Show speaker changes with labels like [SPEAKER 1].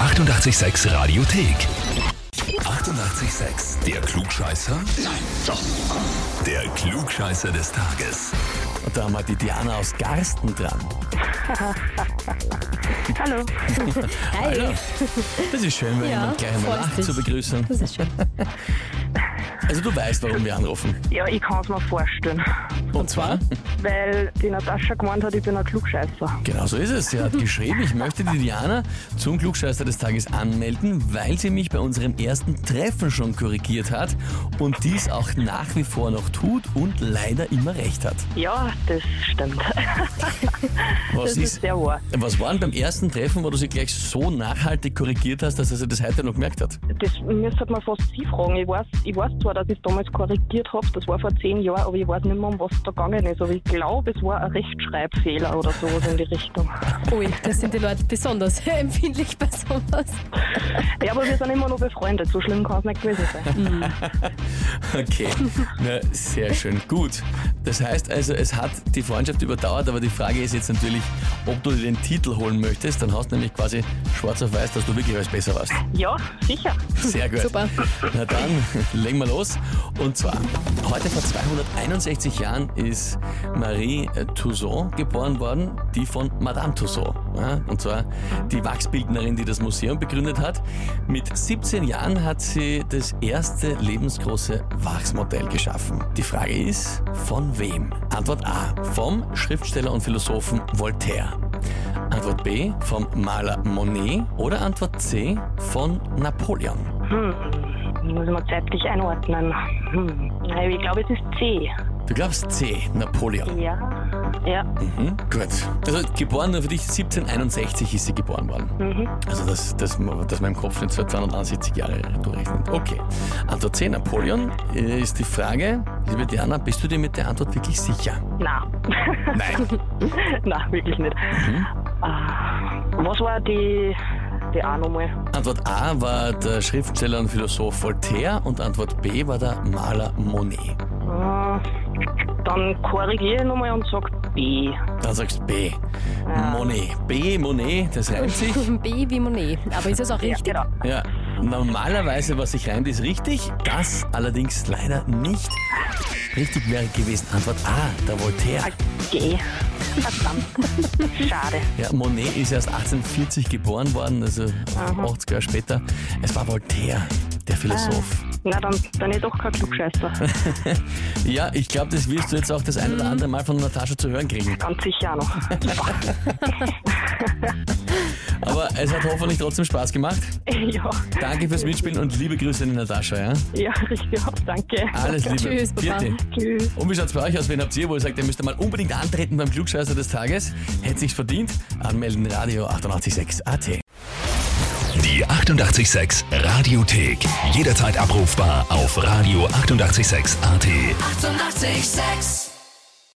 [SPEAKER 1] 886 Radiothek. 88,6. Der Klugscheißer? Nein, doch. Der Klugscheißer des Tages.
[SPEAKER 2] Und da haben wir die Diana aus Garsten dran.
[SPEAKER 3] Hallo.
[SPEAKER 2] Hallo. Das ist schön, wenn
[SPEAKER 4] Ja,
[SPEAKER 2] jemand gleich einmal
[SPEAKER 4] freut
[SPEAKER 2] lacht
[SPEAKER 4] sich.
[SPEAKER 2] zu begrüßen.
[SPEAKER 4] Das ist schön.
[SPEAKER 2] Also du weißt, warum wir anrufen.
[SPEAKER 3] Ja, ich kann es mir vorstellen.
[SPEAKER 2] Und zwar?
[SPEAKER 3] Weil die Natascha gemeint hat, ich bin ein Klugscheißer.
[SPEAKER 2] Genau so ist es. Sie hat geschrieben, ich möchte die Diana zum Klugscheißer des Tages anmelden, weil sie mich bei unserem ersten Treffen schon korrigiert hat und dies auch nach wie vor noch tut und leider immer recht hat.
[SPEAKER 3] Ja, das stimmt.
[SPEAKER 2] Was
[SPEAKER 3] Das ist sehr wahr.
[SPEAKER 2] was war denn beim ersten Treffen, wo du sie gleich so nachhaltig korrigiert hast, dass er sich das heute noch gemerkt hat?
[SPEAKER 3] Das müsste man fast Sie fragen. Ich weiß, ich weiß zwar, dass ich es damals korrigiert habe, das war vor zehn Jahren, aber ich weiß nicht mehr, um was es da gegangen ist. Aber ich glaube, es war ein Rechtschreibfehler oder sowas in die Richtung.
[SPEAKER 4] Ui, das sind die Leute besonders empfindlich bei sowas.
[SPEAKER 3] Ja, aber wir sind immer noch befreundet, so schlimm kann es nicht gewesen sein.
[SPEAKER 2] Okay, Na, sehr schön. Gut. Das heißt also, es hat die Freundschaft überdauert, aber die Frage ist jetzt natürlich, ob du dir den Titel holen möchtest. Dann hast du nämlich quasi schwarz auf weiß, dass du wirklich alles besser warst.
[SPEAKER 3] Ja, sicher.
[SPEAKER 2] Sehr gut.
[SPEAKER 4] Super.
[SPEAKER 2] Na dann, legen wir los. Und zwar, heute vor 261 Jahren ist Marie äh, Toussaint geboren worden, die von Madame Toussaint. Ja, und zwar die Wachsbildnerin, die das Museum begründet hat. Mit 17 Jahren hat sie das erste lebensgroße Wachsmodell geschaffen. Die Frage ist, von wem? Antwort A, vom Schriftsteller und Philosophen Voltaire. Antwort B vom Maler Monet oder Antwort C von Napoleon.
[SPEAKER 3] Muss ich mir zeitlich einordnen. Hm. Nein, Ich glaube, es ist C.
[SPEAKER 2] Du glaubst C, Napoleon.
[SPEAKER 3] Ja. Ja.
[SPEAKER 2] Mhm, gut. Also geboren nur für dich 1761 ist sie geboren worden.
[SPEAKER 3] Mhm.
[SPEAKER 2] Also das, das, das mein Kopf jetzt seit 271 Jahre durchrechnet. Okay. Antwort C, Napoleon, äh, ist die Frage, liebe Diana, bist du dir mit der Antwort wirklich sicher?
[SPEAKER 3] Nein.
[SPEAKER 2] Nein.
[SPEAKER 3] Nein, wirklich nicht. Ah, was war die, die A nochmal?
[SPEAKER 2] Antwort A war der Schriftsteller und Philosoph Voltaire und Antwort B war der Maler Monet.
[SPEAKER 3] Ah, dann korrigiere ich nochmal und sage B.
[SPEAKER 2] Dann sagst B. Monet. B, Monet, das reimt sich.
[SPEAKER 4] B wie Monet. Aber ist das auch richtig?
[SPEAKER 3] Ja, genau.
[SPEAKER 2] Ja, normalerweise, was sich reimt, ist richtig. Das allerdings leider nicht. Richtig wäre gewesen Antwort A, der Voltaire.
[SPEAKER 3] G. Verdammt. Schade.
[SPEAKER 2] Ja, Monet ist erst 1840 geboren worden, also 80 Jahre später. Es war Voltaire, der Philosoph.
[SPEAKER 3] Na, dann bin ich doch kein Klugscheißer.
[SPEAKER 2] Ja, ich glaube, das wirst du jetzt auch das ein oder andere Mal von Natascha zu hören kriegen.
[SPEAKER 3] Ganz sicher auch noch.
[SPEAKER 2] Aber es hat hoffentlich trotzdem Spaß gemacht.
[SPEAKER 3] ja,
[SPEAKER 2] Danke fürs Mitspielen und liebe Grüße an die Natascha, ja?
[SPEAKER 3] ja, richtig. Danke.
[SPEAKER 2] Alles Liebe.
[SPEAKER 4] Tschüss, Baba.
[SPEAKER 2] Vierte.
[SPEAKER 3] Tschüss.
[SPEAKER 2] Und wie schaut's bei euch aus? Wen habt ihr, wo ihr sagt, ihr müsst mal unbedingt antreten beim Klugscheißer des Tages? Hätte sich's verdient? Anmelden Radio 886 AT.
[SPEAKER 1] Die 88,6 Radiothek. Jederzeit abrufbar auf radio886.at. 88,6.
[SPEAKER 5] Eighty-eight, sex.